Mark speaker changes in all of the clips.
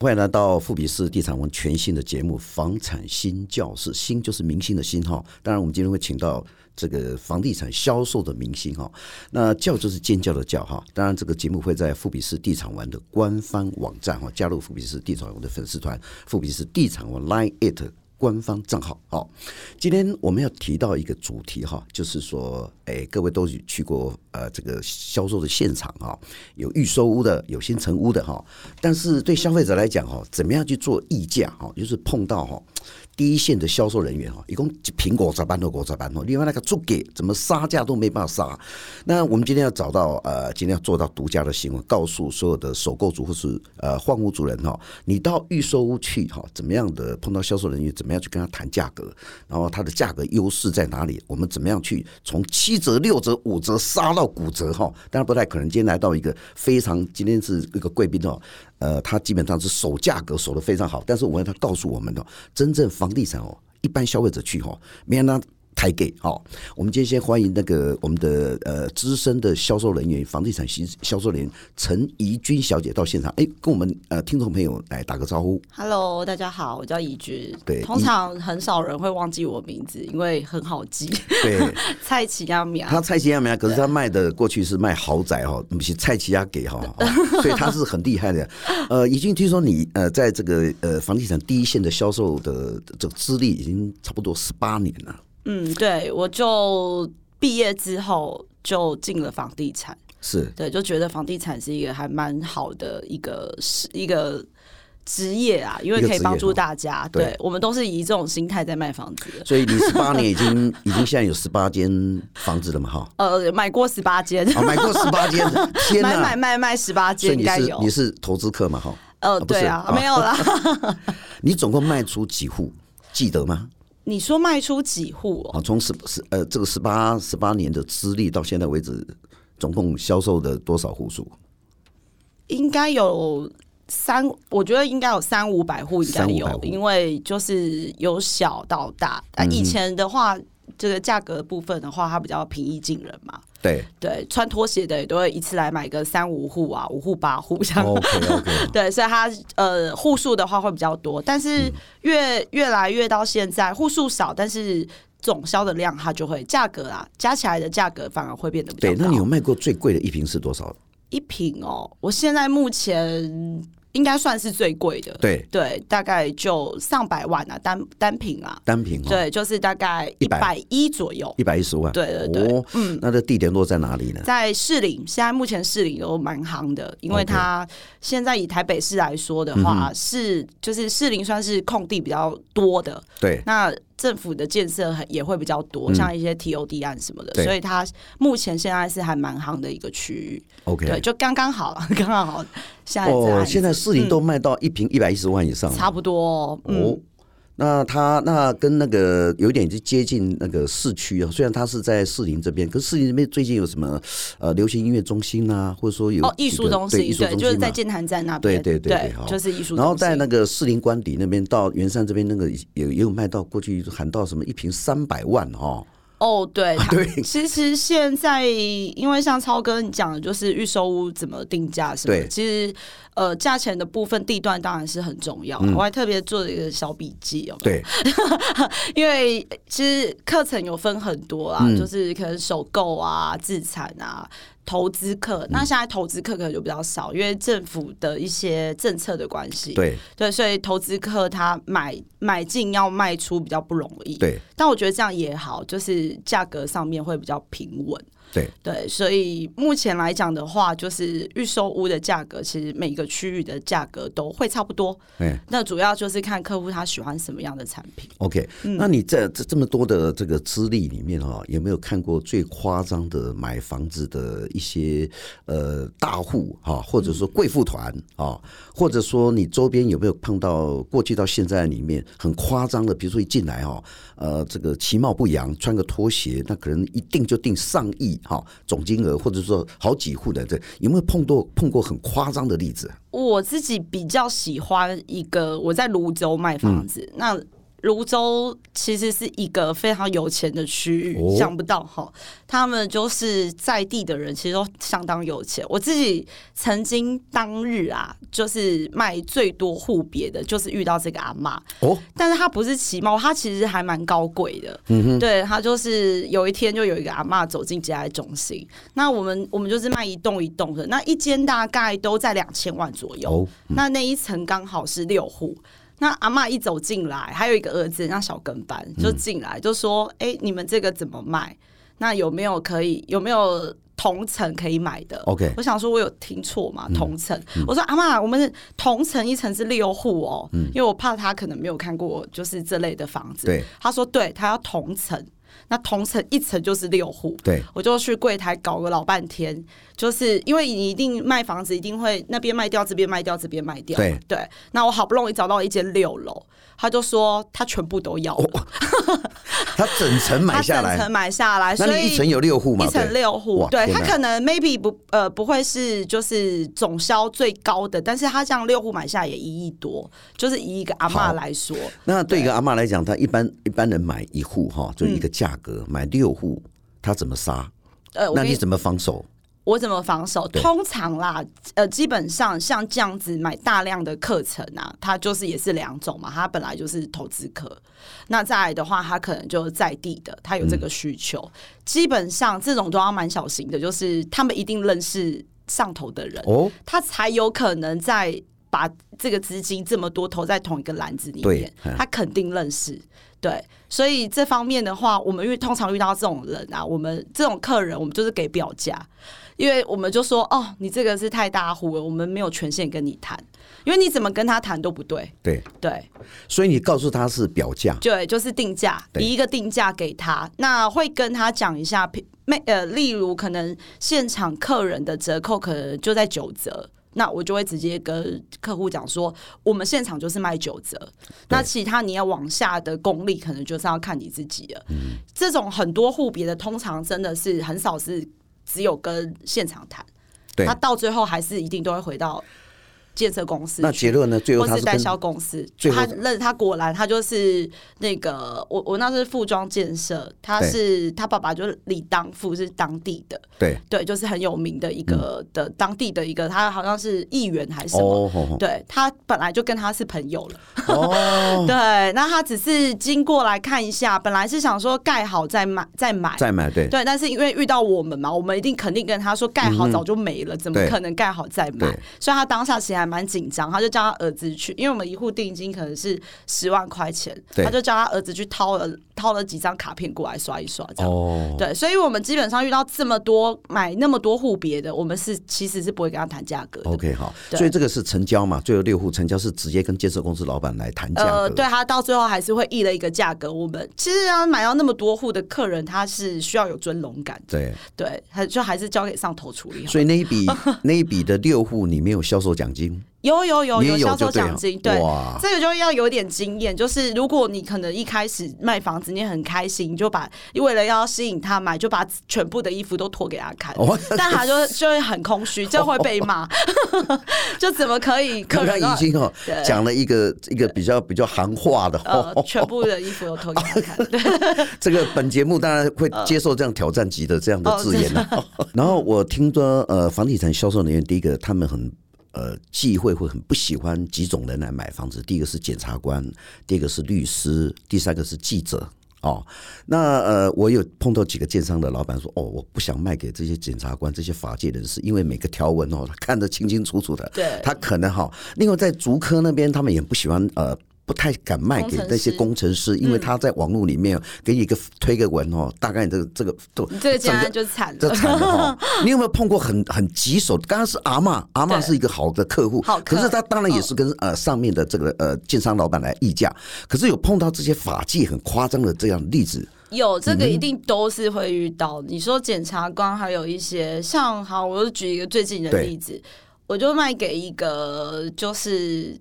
Speaker 1: 后来呢，到富比士地产王全新的节目《房产新教室》，新就是明星的新哈。当然，我们今天会请到这个房地产销售的明星哈，那教就是尖叫的叫哈。当然，这个节目会在富比士地产王的官方网站哈，加入富比士地产王的粉丝团，富比士地产王 Line It 官方账号。好，今天我们要提到一个主题哈，就是说，哎，各位都去过呃这个销售的现场哈，有预售屋的，有新成屋的哈，但是对消费者来讲哈，怎么样去做议价哈，就是碰到哈第一线的销售人员哦哈，一共苹果咋办都果咋办哦，另外那个租给怎么杀价都没办法杀。那我们今天要找到呃，今天要做到独家的新闻，告诉所有的首购族或是呃换屋族人哈，你到预售屋去哈，怎么样的碰到销售人员，怎么样去跟他谈价格，然后它的价格优势在哪里？我们怎么样去从七折、六折、五折杀到骨折哈？当然不太可能。今天来到一个非常，今天是一个贵宾哦，呃，他基本上是守价格守得非常好，但是我让他告诉我们哦，真正房地产哦，一般消费者去哦，没让他。抬给哦，我们今天先欢迎那个我们的呃资深的销售人员，房地产销销售人员陈怡君小姐到现场，哎，跟我们呃听众朋友来打个招呼。
Speaker 2: Hello，大家好，我叫怡君。
Speaker 1: 对
Speaker 2: 通常很少人会忘记我名字，因为很好记。
Speaker 1: 对，
Speaker 2: 蔡奇亚米啊
Speaker 1: 他
Speaker 2: 亚，
Speaker 1: 菜奇亚没有，可是他卖的过去是卖豪宅哈，不是菜奇亚给 哈，所以他是很厉害的。呃，已经听说你呃，在这个呃房地产第一线的销售的这个资历已经差不多十八年了。
Speaker 2: 嗯，对，我就毕业之后就进了房地产，
Speaker 1: 是
Speaker 2: 对，就觉得房地产是一个还蛮好的一个是一个职业啊，因为
Speaker 1: 一个
Speaker 2: 可以
Speaker 1: 职业
Speaker 2: 帮助
Speaker 1: 哦
Speaker 2: 大家。
Speaker 1: 对
Speaker 2: 对我们都是以这种心态在卖房子的。
Speaker 1: 所以你十八年已 经已经现在有十八间房子了嘛哈？
Speaker 2: 呃，买过十八间，
Speaker 1: 啊，买过十八 间，天
Speaker 2: 买
Speaker 1: 哪！
Speaker 2: 买卖卖十八
Speaker 1: 所以
Speaker 2: 间应
Speaker 1: 你
Speaker 2: 该
Speaker 1: 是
Speaker 2: 有
Speaker 1: 你。是投资客嘛哈？
Speaker 2: 呃，
Speaker 1: 不是
Speaker 2: 对啊
Speaker 1: 啊，
Speaker 2: 没有啦。
Speaker 1: 你总共卖出几户？记得吗？
Speaker 2: 你说卖出几户哦？
Speaker 1: 啊，从十十呃这个十八十八年的资历到现在为止，总共销售的多少户数？
Speaker 2: 应该有三，我觉得应该有三五百户，应该
Speaker 1: 三五百
Speaker 2: 有，
Speaker 1: 户嗯
Speaker 2: 因为就是由小到大。但以前的话，这个价格部分的话，它比较平易近人嘛。
Speaker 1: 对。
Speaker 2: 对，穿拖鞋的也都会一次来买个三五户啊，五户八户这样。
Speaker 1: OK OK，
Speaker 2: 对，所以它呃户数的话会比较多，但是
Speaker 1: 嗯
Speaker 2: 越、越来越到现在户数少，但是总销的量它就会价格啊加起来的价格反而会变得比较
Speaker 1: 对，
Speaker 2: 高。
Speaker 1: 那你有卖过最贵的一瓶是多少？
Speaker 2: 一瓶哦，我现在目前应该算是最贵的，
Speaker 1: 对，
Speaker 2: 大概就上百万啊，单单瓶啊，
Speaker 1: 单瓶哦，
Speaker 2: 对，就是大概一
Speaker 1: 100
Speaker 2: 百一左右，
Speaker 1: 一百一十万。
Speaker 2: 对对对
Speaker 1: 哦，嗯，那这地点落在哪里呢？
Speaker 2: 在士林，现在目前士林都蛮行的，因为
Speaker 1: OK 嗯
Speaker 2: 它现在以台北市来说的话，是就是士林算是空地比较多的，
Speaker 1: 对，
Speaker 2: 那政府的建设很也会比较多，
Speaker 1: 嗯
Speaker 2: 像一些 TOD 案什么的，
Speaker 1: 对
Speaker 2: 所以它目前现在是还蛮行的一个区域，
Speaker 1: OK
Speaker 2: 对，就刚刚好， 刚刚好，现在这案
Speaker 1: 哦，
Speaker 2: 子
Speaker 1: 现在四零都卖到一瓶一百一十万以上了
Speaker 2: 差不多哦，嗯，
Speaker 1: 哦。那它那跟那个有一点就接近那个市区啊，虽然它是在士林这边，可是士林这边最近有什么呃流行音乐中心啊，或者说有
Speaker 2: 哦，
Speaker 1: 几
Speaker 2: 艺
Speaker 1: 个
Speaker 2: 术中心，
Speaker 1: 对艺术中心
Speaker 2: 就是在
Speaker 1: 嘛
Speaker 2: 建潭站那边，
Speaker 1: 对对对
Speaker 2: 对
Speaker 1: 对好
Speaker 2: 就是艺术中心，
Speaker 1: 然后在那个士林官邸那边到圆山这边那个也也有卖到，过去喊到什么一瓶三百万哦，
Speaker 2: 哦，对 它
Speaker 1: 对
Speaker 2: 其实现在因为像超哥你讲的，就是预售屋怎么定价什么
Speaker 1: 对
Speaker 2: 的，其实呃价钱的部分，地段当然是很重要。
Speaker 1: 嗯
Speaker 2: 我还特别做了一个小笔记哦，
Speaker 1: 对，
Speaker 2: 因为其实课程有分很多啊，
Speaker 1: 嗯
Speaker 2: 就是可能首购啊、自产啊、投资课。
Speaker 1: 嗯
Speaker 2: 那现在投资课可能就比较少，因为政府的一些政策的关系。
Speaker 1: 对
Speaker 2: 对，所以投资客他买买进要卖出比较不容易。，
Speaker 1: 对
Speaker 2: 但我觉得这样也好，就是价格上面会比较平稳。
Speaker 1: 对，
Speaker 2: 对，所以目前来讲的话，就是预售屋的价格，其实每个区域的价格都会差不多。
Speaker 1: 哎
Speaker 2: 那主要就是看客户他喜欢什么样的产品。
Speaker 1: ，OK，、那
Speaker 2: 嗯
Speaker 1: 你在这这么多的这个资历里面哈、哦，有没有看过最夸张的买房子的一些呃大户哈、或者
Speaker 2: 嗯
Speaker 1: 说贵妇团啊、或者说你周边有没有碰到过去到现在里面很夸张的，比如说一进来哈、呃，这个其貌不扬，穿个拖鞋，那可能一定就定上亿哈、总金额，或者说好几户的这有没有碰到碰过很夸张的例子？
Speaker 2: 我自己比较喜欢一个我在泸州卖房子，那泸州其实是一个非常有钱的区域，
Speaker 1: 哦
Speaker 2: 想不到哈，他们就是在地的人，其实都相当有钱。我自己曾经当日啊，就是卖最多户别的，就是遇到这个阿嬷，
Speaker 1: 哦，
Speaker 2: 但是她不是骑猫，她其实还蛮高贵的。对，她就是有一天就有一个阿嬷走进接待中心，那我们我们就是卖一栋一栋的，那一间大概都在两千万左右。
Speaker 1: 哦，
Speaker 2: 那那一层刚好是六户。那阿嬷一走进来，还有一个儿子，那小跟班就进来，就说：“哎、你们这个怎么卖？那有没有可以有没有同层可以买的
Speaker 1: OK 嗯
Speaker 2: 我想说，我有听错嘛？同层，我说阿嬷，我们同层一层是六户哦，因为我怕他可能没有看过就是这类的房子。
Speaker 1: 嗯对，
Speaker 2: 他说对，他要同层。那同层一层就是六户，
Speaker 1: 对，
Speaker 2: 我就去柜台搞个老半天，就是因为你一定卖房子，一定会那边卖掉，这边卖掉，这边卖掉。
Speaker 1: 对
Speaker 2: 那我好不容易找到一间六楼，他就说他全部都要了，
Speaker 1: 他整层哦买
Speaker 2: 他
Speaker 1: 下
Speaker 2: 整
Speaker 1: 来
Speaker 2: 层，买下来，
Speaker 1: 那
Speaker 2: 所
Speaker 1: 你
Speaker 2: 以
Speaker 1: 一层有六户嘛？
Speaker 2: 一层
Speaker 1: 对
Speaker 2: 六户
Speaker 1: 哇，
Speaker 2: 对
Speaker 1: 天
Speaker 2: 他
Speaker 1: 哪
Speaker 2: 可能 maybe 不呃不会是就是总销最高的，但是他这样六户买下来也一亿多，就是以一个阿嬷
Speaker 1: 好
Speaker 2: 来说，
Speaker 1: 那对一个阿嬷来讲，她一般一般人买一户哈，就一个价格，买六户，她怎么杀？
Speaker 2: 呃，我
Speaker 1: 那
Speaker 2: 跟
Speaker 1: 你怎么防守？
Speaker 2: 我怎么防守？
Speaker 1: 对
Speaker 2: 通常啦，呃，基本上像这样子买大量的课程啊，它就是也是两种嘛，它本来就是投资课。那再来的话，它可能就在地的，它有这个需求。基本上这种都要蛮小心的，就是他们一定认识上头的人，
Speaker 1: 哦，
Speaker 2: 他才有可能在把这个资金这么多投在同一个篮子里面
Speaker 1: 对嗯，
Speaker 2: 他肯定认识。对，所以这方面的话，我们遇通常遇到这种人啊，我们这种客人，我们就是给表价，因为我们就说哦，你这个是太大户了，我们没有权限跟你谈，因为你怎么跟他谈都不对。
Speaker 1: 对，
Speaker 2: 对
Speaker 1: 所以你告诉她是表价，
Speaker 2: 对，就是定价，
Speaker 1: 对
Speaker 2: 以一个定价给他，那会跟他讲一下，譬没呃，例如可能现场客人的折扣可能就在九折。那我就会直接跟客户讲说，我们现场就是卖九折，那其他你要往下的功力，可能就是要看你自己了。这种很多户别的，通常真的是很少是只有跟现场谈，
Speaker 1: 对
Speaker 2: 他。到最后还是一定都会回到建设公司
Speaker 1: 那结论呢？最后
Speaker 2: 或
Speaker 1: 她
Speaker 2: 是
Speaker 1: 是跟
Speaker 2: 代销公司，
Speaker 1: 最后
Speaker 2: 他认他果然他就是那个我我那是服装建设，他
Speaker 1: 对
Speaker 2: 是他爸爸就是李当富是当地的，
Speaker 1: 对
Speaker 2: 对，就是很有名的一个、的当地的一个，他好像是议员还是什么。
Speaker 1: 嗯哦哦
Speaker 2: 对他本来就跟他是朋友了，
Speaker 1: 哦哦，
Speaker 2: 对，那他只是经过来看一下，本来是想说盖好再买再买，
Speaker 1: 再买对
Speaker 2: 对，但是因为遇到我们嘛，我们一定肯定跟他说盖好早就没了，怎么
Speaker 1: 嗯对
Speaker 2: 可能盖好再买
Speaker 1: 对？
Speaker 2: 所以他当下其实还蛮紧张，他就叫他儿子去，因为我们一户定金可能是十万块钱，
Speaker 1: 对
Speaker 2: 他就叫他儿子去掏了掏了几张卡片过来刷一刷，这样。
Speaker 1: 哦，
Speaker 2: 对，所以我们基本上遇到这么多买那么多户别的，我们是其实是不会跟他谈价格的。
Speaker 1: OK 好，
Speaker 2: 对
Speaker 1: 所以这个是成交嘛，最后六户成交是直接跟建设公司老板来谈价格，
Speaker 2: 呃，对他到最后还是会议了一个价格。我们其实要买到那么多户的客人，他是需要有尊荣感的，
Speaker 1: 对
Speaker 2: 对，他就还是交给上头处理好了。
Speaker 1: 所以那一 笔那一笔的六户你没有销售奖金，
Speaker 2: 有有哦有
Speaker 1: 你也
Speaker 2: 有销
Speaker 1: 就
Speaker 2: 售
Speaker 1: 对
Speaker 2: 奖
Speaker 1: 了
Speaker 2: 金，对，
Speaker 1: 哇，
Speaker 2: 这个就要有点经验。就是如果你可能一开始卖房子，你很开心，你就把为了要吸引他买，就把全部的衣服都脱给他看，
Speaker 1: 哦
Speaker 2: 但他就就会很空虚，就会被骂， 就怎么可以客
Speaker 1: 刚
Speaker 2: 人
Speaker 1: 刚
Speaker 2: 都
Speaker 1: 已经哦
Speaker 2: 对
Speaker 1: 讲了一个一个比较比较行话的
Speaker 2: 呃
Speaker 1: 哦，
Speaker 2: 全部的衣服都脱给 他看，对，
Speaker 1: 这个本节目当然会接受这样挑战级的这哦样的字眼了、 然后我听说，呃，房地产销售人员，第一个他们很呃忌讳，会很不喜欢几种人来买房子。第一个是检察官，第二个是律师，第三个是记者。哦，那呃，我有碰到几个建商的老板说，哦，我不想卖给这些检察官、这些法界人士，因为每个条文哦，他看得清清楚楚的，
Speaker 2: 对
Speaker 1: 他可能哈、另外在竹科那边，他们也不喜欢呃。不太敢卖给那些工程师，因为
Speaker 2: 嗯
Speaker 1: 他在网络里面给你一个推个文哦，大概你这个这个都
Speaker 2: 你这个
Speaker 1: 整
Speaker 2: 家
Speaker 1: 个
Speaker 2: 就惨
Speaker 1: 这
Speaker 2: 了。
Speaker 1: 惨了哦 哈！你有没有碰过很很棘手？刚刚是阿嬷，阿嬷
Speaker 2: 对
Speaker 1: 是一个好的客户
Speaker 2: 好，客嗯
Speaker 1: 可是他当然也是跟、呃上面的这个呃建商老板来议价，可是有碰到这些法纪很夸张的这样的例子，
Speaker 2: 有这个一定都是会遇到。你说检察官还有一些像好，我就举一个最近的
Speaker 1: 对
Speaker 2: 例子，我就卖给一个就是。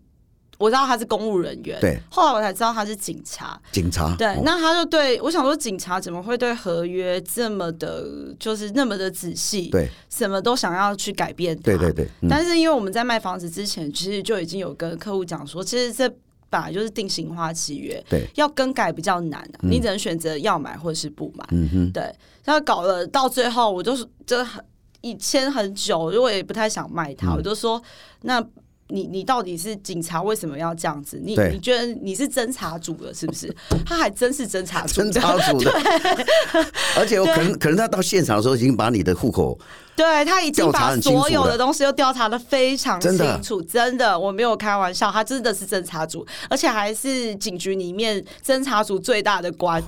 Speaker 2: 我知道他是公务人员，
Speaker 1: 对
Speaker 2: 后来我才知道他是警察，
Speaker 1: 警察
Speaker 2: 对，
Speaker 1: 哦
Speaker 2: 那他就对我想说，警察怎么会对合约这么的，就是那么的仔细，
Speaker 1: 对
Speaker 2: 什么都想要去改变它，
Speaker 1: 对对对，嗯
Speaker 2: 但是因为我们在卖房子之前，其实就已经有跟客户讲说，其实这本来就是定型化契约，
Speaker 1: 对，
Speaker 2: 要更改比较难、啊，你只能选择要买或是不买。
Speaker 1: 嗯哼，
Speaker 2: 对，然后搞了到最后，我就是真的很以签很久，因为我也不太想卖
Speaker 1: 嗯
Speaker 2: 它，我就说那。你你到底是警察为什么要这样子？你
Speaker 1: 对
Speaker 2: 你觉得你是侦查组的，是不是？他还真是侦查 组
Speaker 1: 侦
Speaker 2: 的，
Speaker 1: 查组的，而且我可能可能他到现场的时候已经把你的户口
Speaker 2: 对他已经
Speaker 1: 调查
Speaker 2: 把
Speaker 1: 很清楚
Speaker 2: 所有
Speaker 1: 了
Speaker 2: 的东西都调查的非常
Speaker 1: 真
Speaker 2: 清
Speaker 1: 的
Speaker 2: 楚，真的我没有开玩笑，他真的是侦查组，而且还是警局里面侦查组最大的 官，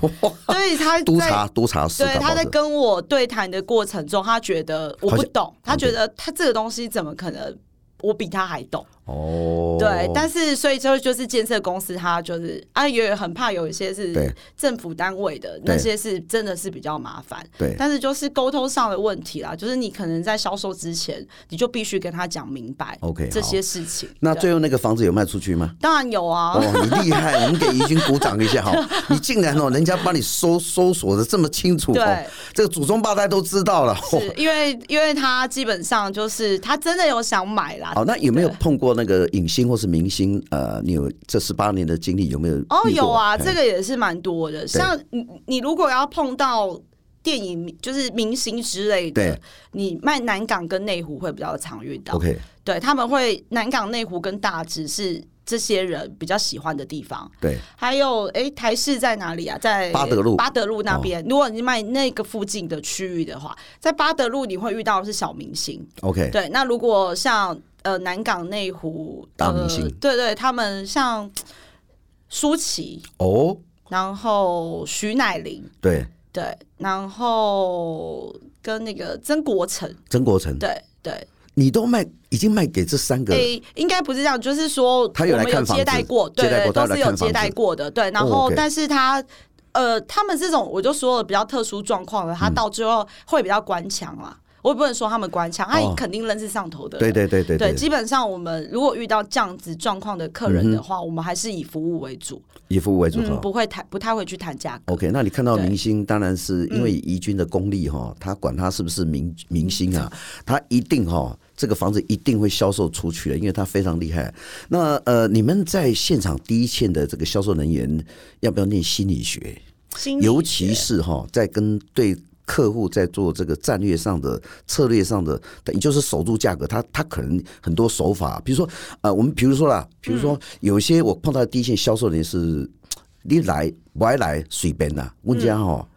Speaker 2: 所以他
Speaker 1: 督
Speaker 2: 在
Speaker 1: 查督查司
Speaker 2: 对
Speaker 1: 法
Speaker 2: 他
Speaker 1: 报
Speaker 2: 在
Speaker 1: 纸
Speaker 2: 跟我对谈的过程中，他觉得我
Speaker 1: 好
Speaker 2: 不
Speaker 1: 像嗯
Speaker 2: 懂，他觉得他这个东西怎么可能我比他还懂？
Speaker 1: 哦，
Speaker 2: 对，但是所以就就是建设公司，他就是啊，也很怕有一些
Speaker 1: 对
Speaker 2: 是政府单位的，那
Speaker 1: 对
Speaker 2: 些是真的是比较麻烦。
Speaker 1: 对
Speaker 2: 但是就是沟通上的问题啦，就是你可能在销售之前，你就必须跟他讲明白
Speaker 1: OK，
Speaker 2: 这
Speaker 1: 好
Speaker 2: 些事情。
Speaker 1: 那
Speaker 2: 对
Speaker 1: 最后那个房子有卖出去吗？
Speaker 2: 当然有啊，
Speaker 1: 哦，你厉害！我们给怡君鼓掌一 下哈！你竟然哦，人家帮你搜搜索的这么清楚哦
Speaker 2: 对，
Speaker 1: 这个祖宗八代都知道了。哦
Speaker 2: 是因为因为他基本上就是他真的有想买啦。
Speaker 1: 好，那有没有
Speaker 2: 啊对
Speaker 1: 碰过那个影星或是明星？呃，你有这十八年的经历有没有遇过？
Speaker 2: 哦，有啊，
Speaker 1: 哎
Speaker 2: 这个也是蛮多的。像你，你如果要碰到电影，就是明星之类的
Speaker 1: 对，
Speaker 2: 你卖南港跟内湖会比较常遇到。
Speaker 1: OK，
Speaker 2: 对他们会南港、内湖跟大直是这些人比较喜欢的地方。
Speaker 1: 对，
Speaker 2: 还有，哎、台式在哪里啊？在
Speaker 1: 巴德路哦
Speaker 2: 巴德路那边。如果你卖那个附近的区域的话，在巴德路你会遇到的是小明星。
Speaker 1: OK，
Speaker 2: 对，那如果像呃南港、内湖
Speaker 1: 大
Speaker 2: 呃
Speaker 1: 明星
Speaker 2: 对对，他们像舒淇，
Speaker 1: 哦，
Speaker 2: 然后徐乃麟，
Speaker 1: 对，
Speaker 2: 对，然后跟那个曾国成，
Speaker 1: 曾国成，
Speaker 2: 对哎对，
Speaker 1: 你都卖，已经卖给这三个，
Speaker 2: 诶、应该不是这样，就是说
Speaker 1: 他有
Speaker 2: 我
Speaker 1: 来
Speaker 2: 们
Speaker 1: 看
Speaker 2: 有
Speaker 1: 房
Speaker 2: 接待
Speaker 1: 子
Speaker 2: 过，对
Speaker 1: 接待
Speaker 2: 对，
Speaker 1: 过他有来
Speaker 2: 都是有
Speaker 1: 看房
Speaker 2: 接待
Speaker 1: 子
Speaker 2: 过的，对，然
Speaker 1: 哦
Speaker 2: 后、
Speaker 1: ，OK
Speaker 2: 但是他。呃，他们这种我就说了比较特殊状
Speaker 1: 嗯
Speaker 2: 况的，他到最后会比较官腔啦。我也不能说他们官腔，他
Speaker 1: 哦
Speaker 2: 肯定认识上头的人。
Speaker 1: 对对对对
Speaker 2: 对，基本上我们如果遇到这样子状况的客人的
Speaker 1: 嗯
Speaker 2: 话，我们还是以服务为主，
Speaker 1: 以服务为主
Speaker 2: 嗯，
Speaker 1: 哈。
Speaker 2: 不会谈，不太会去谈价格。
Speaker 1: OK，那你看到
Speaker 2: 对嗯
Speaker 1: 明星，当然是因为怡君的功力哈、他管他是不是明明星啊，他一定哈、这个房子一定会销售出去的，因为他非常厉害。那呃，你们在现场第一线的这个销售人员，要不要念心理学？
Speaker 2: 心理
Speaker 1: 尤
Speaker 2: 学
Speaker 1: 其是哈、在跟对客户在做这个战略上的、策略上的，也就是守住价格，他他可能很多手法，比如说呃，我们比如说啦，比如说有一些我碰到的第一线销售人员是，你来不爱来随便啦，问家哈。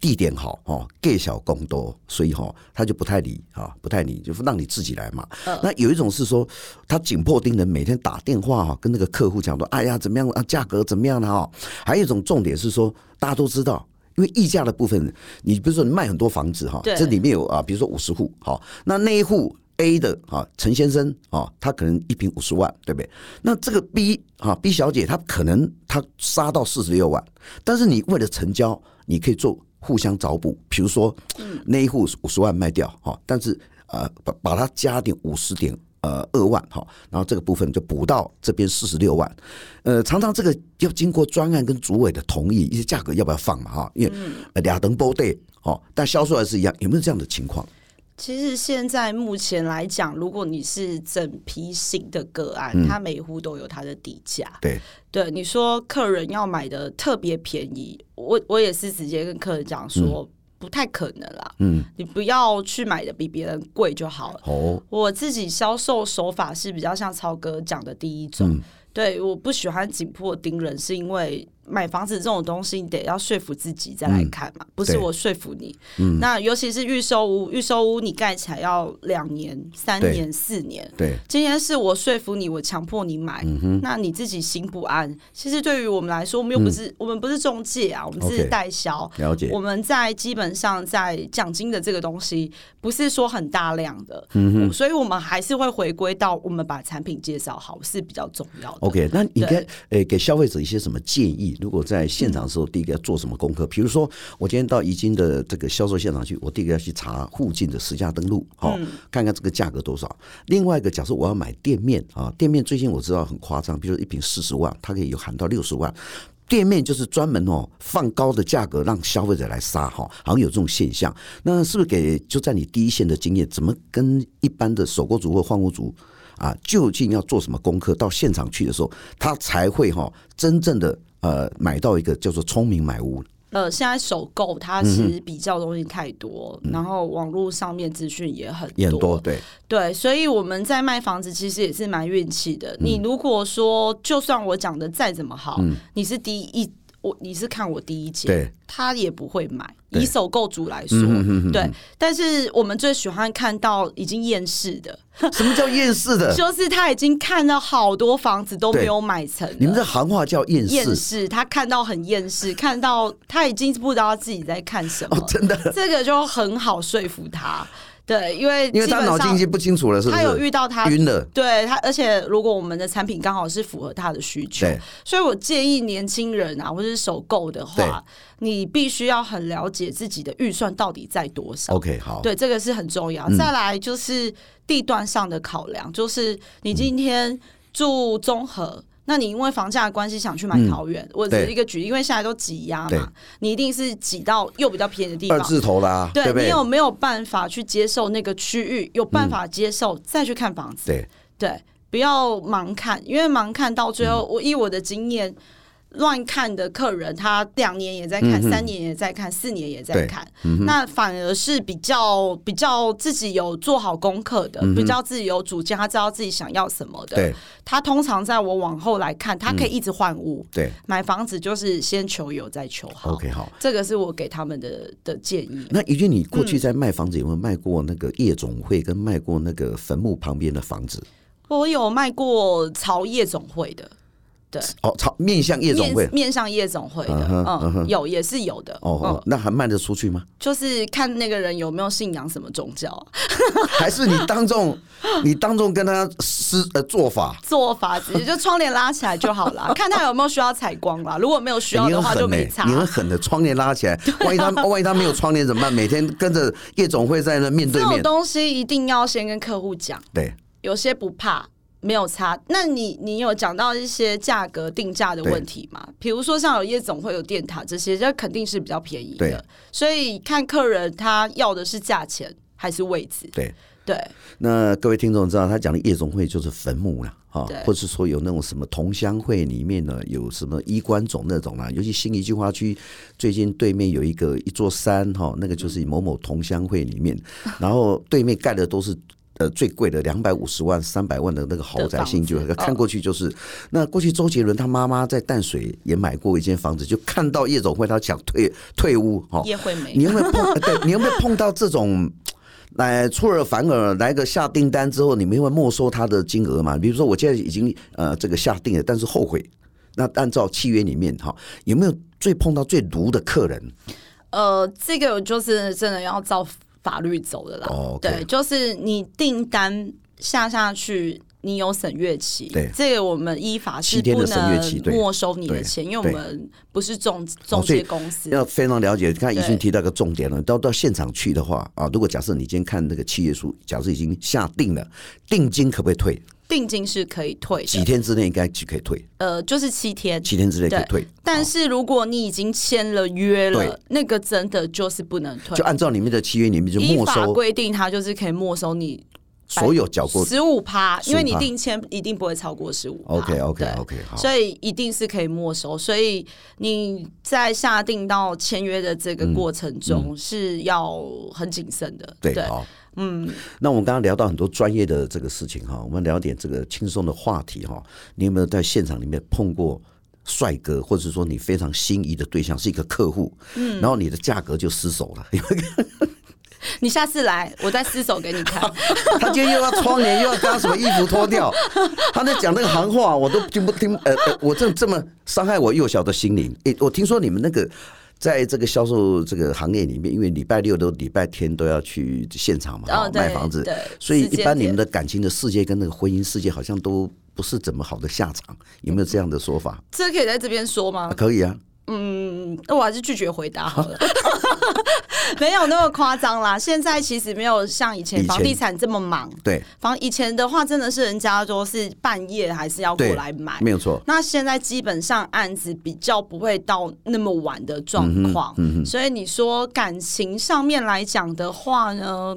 Speaker 1: 地点好哦，给小工多，所以哈、他就不太理啊、不太理，就让你自己来嘛。
Speaker 2: 嗯
Speaker 1: 那有一种是说，他紧迫盯人，每天打电话哈、跟那个客户讲说，哎呀，怎么样啊，价格怎么样了、哈、还有一种重点是说，大家都知道。因为溢价的部分，你比如说你卖很多房子哈，
Speaker 2: 对
Speaker 1: 这里面有啊，比如说五十户，好，那那一户 A 的啊，陈先生啊，他可能一平五十万，对不对？那这个 B 啊，B 小姐她可能她杀到四十六万，但是你为了成交，你可以做互相找补，比如说那一户五十万卖掉哈，但是呃把把它加点五十点呃二万哈，然后这个部分就补到这边四十六万，呃，常常这个要经过专案跟主委的同意，一些价格要不要放嘛哈，因为呃俩等包对哦，但销售还是一样，有没有这样的情况？
Speaker 2: 其实现在目前来讲，如果你是整批新的个案，
Speaker 1: 嗯
Speaker 2: 它每一户都有它的底价。
Speaker 1: 对，
Speaker 2: 对，你说客人要买的特别便宜，我我也是直接跟客人讲说，不太可能啦。
Speaker 1: 嗯，
Speaker 2: 你不要去买的比别人贵就好了。
Speaker 1: 哦，
Speaker 2: 我自己销售手法是比较像超哥讲的第一种，
Speaker 1: 嗯
Speaker 2: 对，我不喜欢紧迫盯人，是因为买房子这种东西，你得要说服自己再来看嘛，不
Speaker 1: 嗯
Speaker 2: 是
Speaker 1: 对嗯
Speaker 2: 我说服你。那尤其是预售屋，预售屋你盖起来要两年、三
Speaker 1: 对
Speaker 2: 年、四年。
Speaker 1: 对，
Speaker 2: 今天是我说服你，我强迫你买，
Speaker 1: 嗯
Speaker 2: 那你自己心不安。其实对于我们来说，我们又不是、我们不是中介啊，我们是
Speaker 1: 嗯 OK
Speaker 2: 代销。
Speaker 1: 了解
Speaker 2: 我们在基本上在奖金的这个东西，不是说很大量的，
Speaker 1: 嗯
Speaker 2: 哦所以我们还是会回归到我们把产品介绍好是比较重要的。
Speaker 1: OK，那你应该
Speaker 2: 对
Speaker 1: 诶给消费者一些什么建议？如果在现场的
Speaker 2: 嗯
Speaker 1: 时候，第一个要做什么功课？比如说，我今天到宜金的这个销售现场去，我第一个要去查附近的实价登录，好、
Speaker 2: 嗯
Speaker 1: 看看这个价格多少。另外一个，假设我要买店面啊，店面最近我知道很夸张，比如说一瓶四十万，它可以有喊到六十万。店面就是专门哦放高的价格让消费者来杀哈，好像有这种现象。那是不是给就在你第一线的经验，怎么跟一般的首购族或换屋族啊，究竟要做什么功课，到现场去的时候，他才会哈、真正的呃买到一个叫做聪明买屋。
Speaker 2: 呃，现在首购它
Speaker 1: 嗯
Speaker 2: 其实比较东西太多，然后网络上面资讯也很
Speaker 1: 也很多对，
Speaker 2: 对，所以我们在卖房子其实也是蛮运气的。你
Speaker 1: 嗯
Speaker 2: 如果说，就算我讲的再怎么好，你是第一，我你是看我第一节
Speaker 1: 对，
Speaker 2: 他也不会买。
Speaker 1: 对嗯
Speaker 2: 以首购族来说，对，但是我们最喜欢看到已经厌世的，
Speaker 1: 什么叫厌世 的？
Speaker 2: 就是他已经看到好多房子都没有买成了，
Speaker 1: 你们这行话叫厌
Speaker 2: 厌
Speaker 1: 世
Speaker 2: 世，他看到很 厌世，看到他已经不知道自己在看什么，
Speaker 1: 哦，真的，
Speaker 2: 这个就很好说服他。对，因为
Speaker 1: 因为
Speaker 2: 基
Speaker 1: 他
Speaker 2: 本
Speaker 1: 脑筋
Speaker 2: 上
Speaker 1: 已经不清楚了，是不
Speaker 2: 他有啊
Speaker 1: 是？
Speaker 2: 遇到他
Speaker 1: 晕了，
Speaker 2: 对他，而且如果我们的产品刚好是符合他的需求
Speaker 1: 对，
Speaker 2: 所以我建议年轻人啊，或者是首购的话，你必须要很了解自己的预算到底在多少。
Speaker 1: ，OK，好，
Speaker 2: 对，这个是很重
Speaker 1: 嗯
Speaker 2: 要。再来就是地段上的考量，就是你今天住综合。那你因为房价的关系想去买桃园，我只
Speaker 1: 嗯
Speaker 2: 是
Speaker 1: 对
Speaker 2: 一个举例，因为现在都挤压
Speaker 1: 对
Speaker 2: 嘛，你一定是挤到又比较便宜的地
Speaker 1: 二
Speaker 2: 方，
Speaker 1: 字头啦，
Speaker 2: 对
Speaker 1: 对不
Speaker 2: 你
Speaker 1: 对？
Speaker 2: 有没有办法去接受那个区域？有
Speaker 1: 嗯
Speaker 2: 办法接受、再去看房子，
Speaker 1: 对，
Speaker 2: 对，不要盲看，因为盲看到最后，
Speaker 1: 嗯
Speaker 2: 我以我的经验，乱看的客人他两年也在看，三年也在看，四年也
Speaker 1: 嗯
Speaker 2: 在
Speaker 1: 对嗯
Speaker 2: 看，那反而是比较比较自己有做好功课的，比较自己有主见，他知道自己想要什么的。
Speaker 1: 嗯对，
Speaker 2: 他通常在我往后来看，他可以一直换屋。
Speaker 1: 对
Speaker 2: 买房子就是先求有再求好
Speaker 1: ，OK，好。
Speaker 2: 这个是我给他们的的建议。
Speaker 1: 那怡君，你过
Speaker 2: 嗯
Speaker 1: 去在卖房子有没有卖过那个夜总会，跟卖过那个坟墓旁边的房子？
Speaker 2: 我有卖过朝夜总会的，对，
Speaker 1: 哦，朝面向夜总会
Speaker 2: 面，面向夜总会的，
Speaker 1: 嗯哼
Speaker 2: 嗯
Speaker 1: 嗯哼
Speaker 2: 有也是有的，
Speaker 1: 哦哦，
Speaker 2: 嗯，
Speaker 1: 那还卖得出去吗？
Speaker 2: 就是看那个人有没有信仰什么宗教啊、
Speaker 1: 还是你当众，你当众跟他施呃做法？
Speaker 2: 做法，直接就窗帘拉起来就 好啦，看他有没有需要采光啦，如果没有需
Speaker 1: 欸
Speaker 2: 要
Speaker 1: 你
Speaker 2: 的
Speaker 1: 很
Speaker 2: 话就
Speaker 1: 狠
Speaker 2: 没
Speaker 1: 欸
Speaker 2: 差。
Speaker 1: 你很狠的，窗帘拉起来，万一他万一他没有窗帘怎么办？每天跟着夜总会在那面
Speaker 2: 这
Speaker 1: 对
Speaker 2: 种
Speaker 1: 面，
Speaker 2: 东西一定要先跟客户讲，
Speaker 1: 对
Speaker 2: 有些不怕。没有差，那你你有讲到一些价格定价的
Speaker 1: 对
Speaker 2: 问题吗？比如说像有夜总会、有电塔这些，这肯定是比较便宜
Speaker 1: 对
Speaker 2: 的。所以看客人他要的是价钱还是位置，
Speaker 1: 对。
Speaker 2: 对
Speaker 1: 那各位听众知道，他讲的夜总会就是坟墓啦，啊
Speaker 2: 对，
Speaker 1: 或是说有那种什么同乡会里面呢，有什么衣冠冢那种啦，啊尤其新一计划区最近对面有一个一座山哈、那个就是某某同乡会里 面，然后对面盖的都是。呃，最贵的两百五十万、三百万的那个豪宅新
Speaker 2: 的
Speaker 1: 就
Speaker 2: 房子
Speaker 1: 看过去就是。那过去周杰伦他妈妈在淡水也买过一间房子，就看到夜总会，他想退退屋哈。
Speaker 2: 叶惠美
Speaker 1: 你有没有碰？对，你有没有碰到这种？来出尔反尔，来个下订单之后，你们会没收他的金额嘛？比如说，我现在已经呃这个下定了，但是后悔。那按照契约里面哈，有没有最碰到最毒的客人？
Speaker 2: 呃，这个就是真的要照法律走的啦。
Speaker 1: 哦，OK
Speaker 2: 对，就是你订单下下去，你有审阅期，
Speaker 1: 对
Speaker 2: 这个我们依法是
Speaker 1: 七天
Speaker 2: 不
Speaker 1: 的审阅
Speaker 2: 能
Speaker 1: 期对
Speaker 2: 没收你的
Speaker 1: 对
Speaker 2: 钱，因为我
Speaker 1: 对
Speaker 2: 们不是中中
Speaker 1: 哦所以
Speaker 2: 介公司。
Speaker 1: 要非常了解。看已
Speaker 2: 对
Speaker 1: 经提到一个重点了，到到现场去的话啊，如果假设你今天看那个契约书，假设已经下定了，定金可不可以退？
Speaker 2: 定金是可以退
Speaker 1: 几
Speaker 2: 的，
Speaker 1: 天之内应该就可以退，
Speaker 2: 呃，就是七天。
Speaker 1: 七天之内可以退。
Speaker 2: 但是如果你已经签了约了
Speaker 1: 对，
Speaker 2: 那个真的就是不能退
Speaker 1: 就。按照你们的契约里面就
Speaker 2: 依
Speaker 1: 没
Speaker 2: 法
Speaker 1: 收
Speaker 2: 规定，它就是可以没收你
Speaker 1: 所有缴过。
Speaker 2: 十五趴，因为你
Speaker 1: 15%
Speaker 2: 定签一定不会超过十五。
Speaker 1: OK OK
Speaker 2: 对
Speaker 1: OK 好。
Speaker 2: 所以一定是可以没收。所以你在下定到签约的这个过程中是要很谨慎的。
Speaker 1: 嗯对，好，嗯，那我们刚刚聊到很多专业的这个事情哈，我们聊点这个轻松的话题哈。你有没有在现场里面碰过帅哥，或者是说你非常心仪的对象是一个客户，嗯，然后你的价格就失手了，因 为
Speaker 2: 你下次来，我再失手给你 看。
Speaker 1: 他今天又要窗帘，又要把什么衣服脱掉， 他在讲那个行话，我都听不听，呃，呃我这这么伤害我幼小的心灵。诶、我听说你们那个。在这个销售这个行业里面，因为礼拜六都礼拜天都要去现场嘛，
Speaker 2: 哦
Speaker 1: 哈
Speaker 2: 对
Speaker 1: 卖房子
Speaker 2: 对，
Speaker 1: 所以
Speaker 2: 时间
Speaker 1: 一般你
Speaker 2: 点
Speaker 1: 们的感情的世界跟那个婚姻世界好像都不是怎么好的下场，有没有这样的说法？
Speaker 2: 这可以在这边说吗
Speaker 1: 啊、？可以啊，
Speaker 2: 嗯，那我还是拒绝回答好了， 没有那么夸张啦。现在其实没有像
Speaker 1: 以
Speaker 2: 以前
Speaker 1: 前
Speaker 2: 房地产这么忙，
Speaker 1: 对，
Speaker 2: 房以前的话真的是人家都是半夜还是要过
Speaker 1: 对
Speaker 2: 来买，
Speaker 1: 没有错，
Speaker 2: 那现在基本上案子比较不会到那么晚的状况，
Speaker 1: 嗯
Speaker 2: 所以你说感情上面来讲的话呢，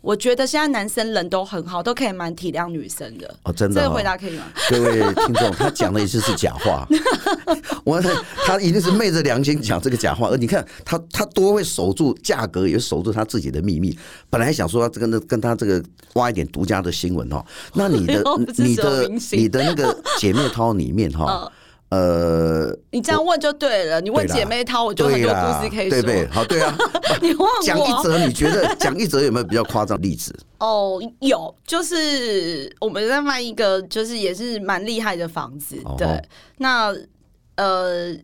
Speaker 2: 我觉得现在男生人都很好，都可以蛮体谅女生的。
Speaker 1: 哦，真
Speaker 2: 这
Speaker 1: 的、
Speaker 2: 个
Speaker 1: 哦，
Speaker 2: 回答可以吗？
Speaker 1: 各位听众，他讲的也就是假话， 我他一定是昧着良心讲这个假话。而你看他，他多会守住价格，也守住他自己的秘密。本来想说这个呢，跟他这个挖一点独家的新闻哦。那你 的
Speaker 2: 又不、是
Speaker 1: 你
Speaker 2: 只有
Speaker 1: 的
Speaker 2: 明、星
Speaker 1: 你的那个姐妹淘里面 哈，呃，
Speaker 2: 你这样问就对了，你问
Speaker 1: 对啦
Speaker 2: 姐妹淘，我就很
Speaker 1: 对
Speaker 2: 多
Speaker 1: 啦
Speaker 2: 故事可，以
Speaker 1: 对
Speaker 2: 说。
Speaker 1: 不对？好，对啊，
Speaker 2: 你问我
Speaker 1: 讲一则，你觉 得讲一则有没有比较夸张的例子？
Speaker 2: 哦，有，就是我们在卖一个，就是也是蛮厉害的房子，
Speaker 1: 哦
Speaker 2: 对，那呃。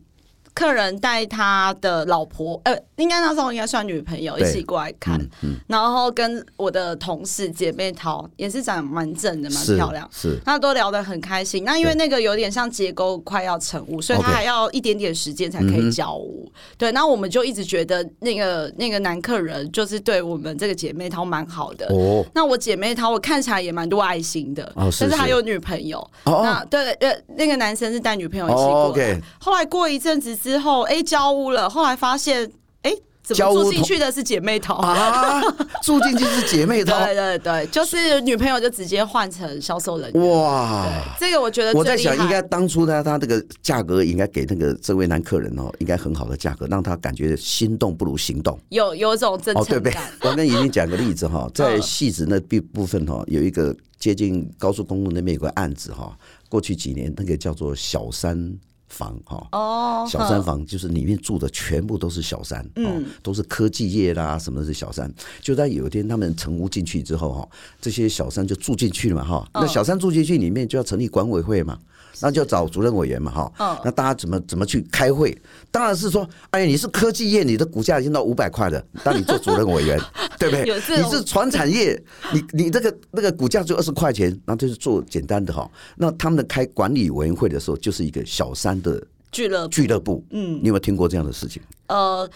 Speaker 2: 客人带他的老婆，呃，应该那时候应该算女朋友一
Speaker 1: 对嗯
Speaker 2: 起过来看，嗯然后跟我的同事姐妹淘也是长得蛮正的，蛮
Speaker 1: 是
Speaker 2: 漂亮，
Speaker 1: 是
Speaker 2: 那都聊得很开心。那因为
Speaker 1: 对
Speaker 2: 那个有点像结构快要成屋，所以他
Speaker 1: OK 嗯
Speaker 2: 还要一点点时间才可以交屋。对，那我们就一直觉得那个那个男客人就是对我们这个姐妹淘蛮好的，
Speaker 1: 哦
Speaker 2: 那我姐妹她，我看起来也蛮多爱心的，
Speaker 1: 哦是
Speaker 2: 但是她
Speaker 1: 是
Speaker 2: 有女朋友。
Speaker 1: 哦哦
Speaker 2: 那对呃，那个男生是带女朋友一起
Speaker 1: 哦
Speaker 2: 过来。
Speaker 1: ，OK，
Speaker 2: 后来过一阵子之后，哎、交屋了。后来发现，哎、怎
Speaker 1: 交
Speaker 2: 么
Speaker 1: 屋
Speaker 2: 住进
Speaker 1: 同
Speaker 2: 去的是姐妹淘？
Speaker 1: 啊，住进去是姐妹哦淘，
Speaker 2: 对对对，就是女朋友就直接换成销售人员。
Speaker 1: 哇。
Speaker 2: 这个我觉得
Speaker 1: 我
Speaker 2: 最
Speaker 1: 在
Speaker 2: 厉害
Speaker 1: 想，应该当初他他这个价格应该给那个这位男客人哦，应该很好的价格，让他感觉心动不如行动。
Speaker 2: 有有一种真
Speaker 1: 哦，对
Speaker 2: 诚
Speaker 1: 不对
Speaker 2: 感。？嗯
Speaker 1: 我跟怡君讲个例子哈，在戏子那部部分哈，有一个接近高速公路那边有个案子哈，过去几年那个叫做小三房哈。
Speaker 2: 哦，嗯
Speaker 1: 小三房就是里面住的全部都是小三，哦，都是科技业啦，什么是小三。就在有一天他们成屋进去之后，哈，这些小三就住进去了嘛，哈、
Speaker 2: 嗯
Speaker 1: 那小三住进去里面就要成立管委会嘛，那就要找主任委员嘛，哈、
Speaker 2: 嗯
Speaker 1: 那大家怎么怎么去开会？当然是说，哎呀，你是科技业，你的股价已经到五百块了，当你做主任委员，对不对？
Speaker 2: 有这
Speaker 1: 你
Speaker 2: 种
Speaker 1: 是传产业，你你这个那个股价只有二十块钱，然后就是做简单的哈。那他们的开管理委员会的时候，就是一个小三的
Speaker 2: 俱乐部，
Speaker 1: 俱乐部，嗯，你有没有听过这样的事情？
Speaker 2: 呃，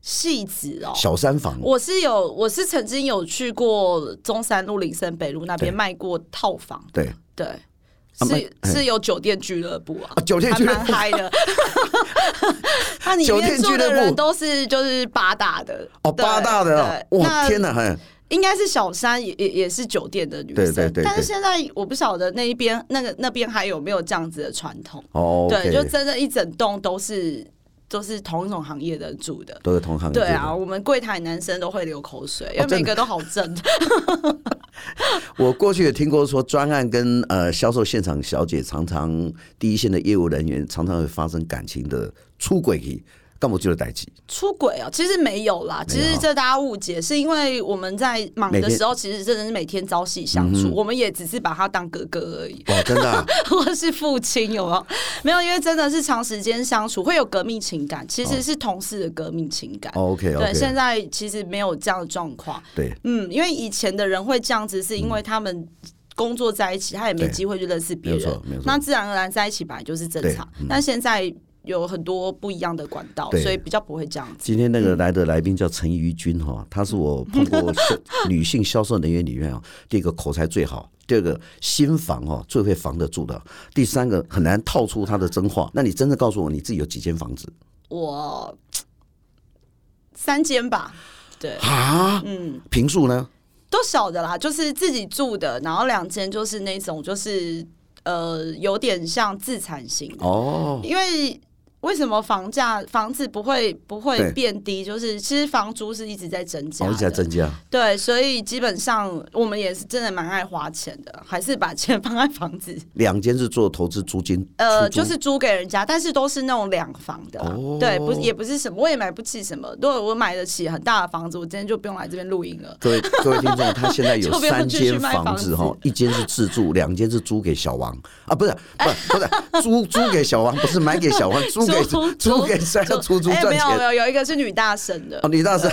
Speaker 2: 戏子哦，
Speaker 1: 小三房，
Speaker 2: 我是有，我是曾经有去过中山路、林森北路那边
Speaker 1: 对
Speaker 2: 卖过套房，
Speaker 1: 对，
Speaker 2: 对，
Speaker 1: 啊卖
Speaker 2: 是是有酒店俱乐部啊
Speaker 1: 啊，酒店俱乐部
Speaker 2: 还 蛮嗨的。那里
Speaker 1: 酒
Speaker 2: 面
Speaker 1: 店
Speaker 2: 住
Speaker 1: 俱乐
Speaker 2: 的
Speaker 1: 部
Speaker 2: 人都是就是八大的
Speaker 1: 哦，
Speaker 2: 对
Speaker 1: 八大的哦，
Speaker 2: 对
Speaker 1: 哇，
Speaker 2: 那
Speaker 1: 天哪，嘿，
Speaker 2: 应该是小三也也也是酒店的女
Speaker 1: 对
Speaker 2: 生，
Speaker 1: 对对对
Speaker 2: 但是现在我不晓得那一边那个那边还有没有这样子的传统。
Speaker 1: 哦，
Speaker 2: 对，
Speaker 1: OK，
Speaker 2: 就真的，一整栋都是都是同一种行业的人住的。
Speaker 1: 都是同行业
Speaker 2: 对
Speaker 1: 的
Speaker 2: 啊，我们柜台男生都会流口水，因为
Speaker 1: 哦真的
Speaker 2: 每个都好正。
Speaker 1: 我过去也听过说，专案跟呃销售现场小姐常常第一线的业务人员常常会发生感情的出轨，干嘛就是代际
Speaker 2: 出轨哦，其实没有啦，其
Speaker 1: 没有
Speaker 2: 实这大家误解，是因为我们在忙
Speaker 1: 每
Speaker 2: 的
Speaker 1: 天嗯
Speaker 2: 时候，其实真的是每天朝夕相处，我们也只是把他当哥哥而已，
Speaker 1: 哇，真的啊
Speaker 2: 或是父亲，有没有？没有，因为真的是长时间相处会有革命情感，其实是同事的革命情感。
Speaker 1: ，OK
Speaker 2: 对，现
Speaker 1: OK，
Speaker 2: 在其实没有这样的状况。
Speaker 1: 哦对，
Speaker 2: 嗯，因为以前的人会这样子，是因为他们工作在一起，他也没
Speaker 1: 对
Speaker 2: 机会去认识别
Speaker 1: 没有
Speaker 2: 人
Speaker 1: 错没有，错嗯
Speaker 2: 那自然而然在一起本来就是正常。但现在有很多不一样的管道，
Speaker 1: 对
Speaker 2: 所以比较不会这样子。
Speaker 1: 今天那个来的来宾叫陈怡君哈，她是我
Speaker 2: 嗯
Speaker 1: 碰过销女性销售人员里面啊，第一个口才最好，第二个新房哈最会防得住的，第三个很难套出她的真话。那你真的告诉我你自己有几间房子
Speaker 2: 我三间吧，对，
Speaker 1: 啊？
Speaker 2: 嗯，
Speaker 1: 平数呢？
Speaker 2: 都小的啦，就是自己住的，然后两间就是那种就是呃有点像自产型的，
Speaker 1: 哦，
Speaker 2: 因为。为什么房价房子不会不会
Speaker 1: 对
Speaker 2: 变低？就是其实房租哦是一直在增加
Speaker 1: 房
Speaker 2: 的，
Speaker 1: 价增加。
Speaker 2: 对，所以基本上我们也是真的蛮爱花钱的，还是把钱 放在房子，
Speaker 1: 两间是做投资租金，
Speaker 2: 呃，
Speaker 1: 出租
Speaker 2: 就是租给人家，但是都是那种两房的啦、
Speaker 1: 哦
Speaker 2: 对，不是也不是什么，我也买不起什么。如果我买得起很大的房子，我今天就不用来这边录音了。
Speaker 1: 各位各位听众，他现在有
Speaker 2: 就不用
Speaker 1: 三
Speaker 2: 继续
Speaker 1: 间
Speaker 2: 卖
Speaker 1: 房
Speaker 2: 房
Speaker 1: 子
Speaker 2: 子
Speaker 1: 哈，一间是自 住，两间是租给小王啊，不是不是不是租租给小王，不是买给小王，租给租给谁要出租
Speaker 2: 哎、
Speaker 1: 赚
Speaker 2: 没有呃没
Speaker 1: 钱？
Speaker 2: 有，有一个是女大生的
Speaker 1: 哦，，李大生，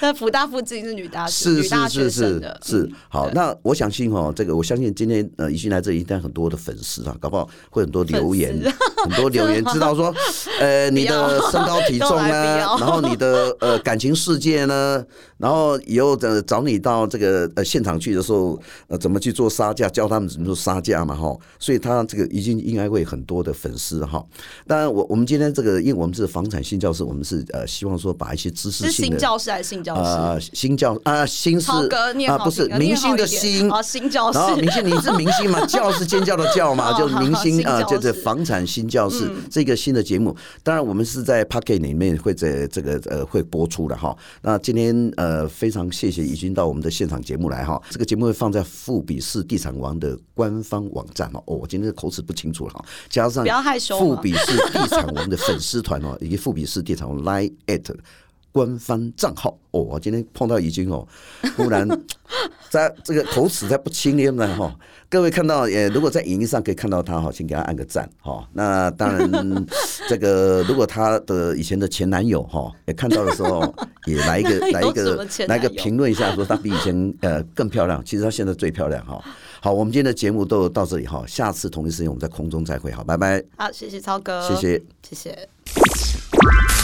Speaker 2: 那福大附近是女大生
Speaker 1: 是
Speaker 2: 女大
Speaker 1: 是是
Speaker 2: 学生
Speaker 1: 是
Speaker 2: 的，嗯
Speaker 1: 是，好，那我相信哦，这个我相信今天呃，宜讯来这里一定很多的粉丝啊，搞不好会很多留言
Speaker 2: 粉，
Speaker 1: 很多留言知道说，呃，你的身高体重
Speaker 2: 都来
Speaker 1: 呢，
Speaker 2: 不要
Speaker 1: 然后你的呃感情世界呢，然后以后呃找你到这个呃现场去的时候，呃怎么去做杀价，教他们怎么做杀价嘛哈，所以他这个已经应该会很多的粉丝哈。当然，我我们今天这个，因为我们是房产性教室，我们是呃希望说把一些知识
Speaker 2: 是
Speaker 1: 性
Speaker 2: 新
Speaker 1: 的。
Speaker 2: 教师还是新教师？
Speaker 1: 啊，新教啊，新是
Speaker 2: 超哥念好
Speaker 1: 啊，不是
Speaker 2: 听啊
Speaker 1: 明
Speaker 2: 念好
Speaker 1: 星的
Speaker 2: 一点
Speaker 1: 星。
Speaker 2: 啊，新教师
Speaker 1: 然后明星，你是明星 嘛？教是尖叫的叫嘛，
Speaker 2: 哦
Speaker 1: 就
Speaker 2: 好
Speaker 1: 明
Speaker 2: 好
Speaker 1: 星
Speaker 2: 新
Speaker 1: 啊，
Speaker 2: 教嗯
Speaker 1: 就是
Speaker 2: 室
Speaker 1: 房产新教室这个新的节目。当然，我们是在 Pocket 里面会在这个呃会播出的哈。那今天呃非常谢谢怡君到我们的现场节目来哈。这个节目会放在富比士地产王的官方网站哦。哦，我今天口齿不清楚了哈，加上
Speaker 2: 不要害羞嘛哦
Speaker 1: 富比士地产王的粉丝团哦，以及富比士地产王 Line at 官方账号哦。我今天碰到怡君哦，忽然在这个口齿在不清廉呢哈。各位看到，呃，如果在影音上可以看到他哈，请给他按个赞哈。那当然，这个如果他的以前的前男友哈也看到的时候，也来一 个来一
Speaker 2: 有什
Speaker 1: 个
Speaker 2: 么前
Speaker 1: 来一
Speaker 2: 男友
Speaker 1: 个评论一下，说他比以前呃更漂亮。其实他现在最漂亮哈。好，我们今天的节目都到这里哈，下次同一时间我们在空中再会，好，拜拜，
Speaker 2: 好，谢谢超哥，
Speaker 1: 谢谢。
Speaker 2: 谢谢。